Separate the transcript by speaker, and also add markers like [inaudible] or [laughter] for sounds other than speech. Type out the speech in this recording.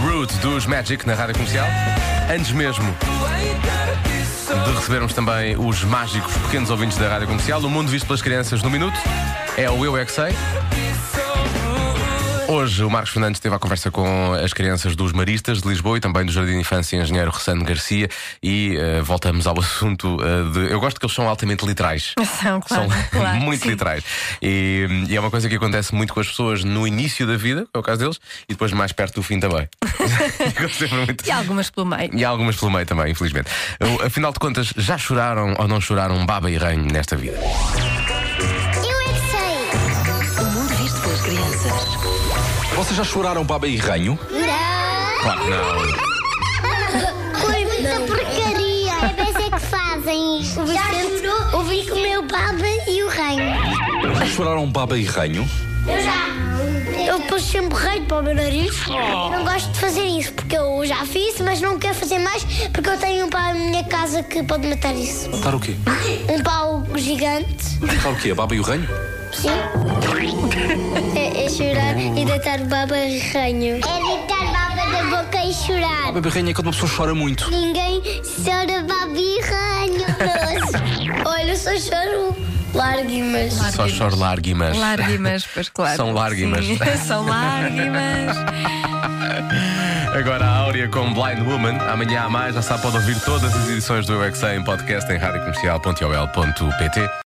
Speaker 1: Brute dos Magic na rádio comercial. Antes mesmo de recebermos também os mágicos pequenos ouvintes da rádio comercial, o mundo visto pelas crianças no minuto é o Eu É Que Sei. Hoje o Marcos Fernandes teve a conversa com as crianças dos Maristas de Lisboa e também do Jardim de Infância Engenheiro Rossano Garcia e eh, voltamos ao [laughs] assunto eh, de. Eu gosto que eles são altamente literais.
Speaker 2: São, claro.
Speaker 1: [laughs] São
Speaker 2: claro,
Speaker 1: muito
Speaker 2: sim.
Speaker 1: literais. E, e é uma coisa que acontece muito com as pessoas no início da vida, é o caso deles, e depois mais perto do fim [laughs] também. Ficou sempre muito-
Speaker 2: E algumas pelo meio.
Speaker 1: E há algumas pelo meio também, infelizmente. O- Afinal de contas, já choraram ou não choraram um baba e ranho nesta vida?
Speaker 3: Eu é que sei!
Speaker 4: O mundo visto pelas crianças.
Speaker 5: Vocês já choraram baba e ranho?
Speaker 3: Não!
Speaker 1: Claro que não.
Speaker 3: Foi muita [laughs] porcaria! Que bebês é que fazem isto? O Vicente, já o Vico, o meu baba e o reino.
Speaker 5: Já choraram baba e ranho?
Speaker 3: Eu já! Eu pus sempre reino para o meu nariz. Eu não gosto de fazer isso, porque eu já fiz, mas não quero fazer mais, porque eu tenho um pau na minha casa que pode matar isso.
Speaker 5: Dar o quê?
Speaker 3: Um pau gigante.
Speaker 5: Dar o quê? A baba e o ranho?
Speaker 3: Sim. É, chorar e deitar baba e ranho. É deitar baba da boca e chorar.
Speaker 5: Baba e ranho é quando uma pessoa chora muito.
Speaker 3: Ninguém chora babirranho. Olha, só choro lágrimas.
Speaker 1: Só choro larguimas.
Speaker 2: Lágrimas, pois claro.
Speaker 1: São lágrimas.
Speaker 2: Sim, [laughs] São lágrimas.
Speaker 1: [laughs] Agora a Áurea com Blind Woman. É Amanhã a mais, já sabe, pode ouvir todas as edições do UXA em podcast em radiocomercial.ol.pt.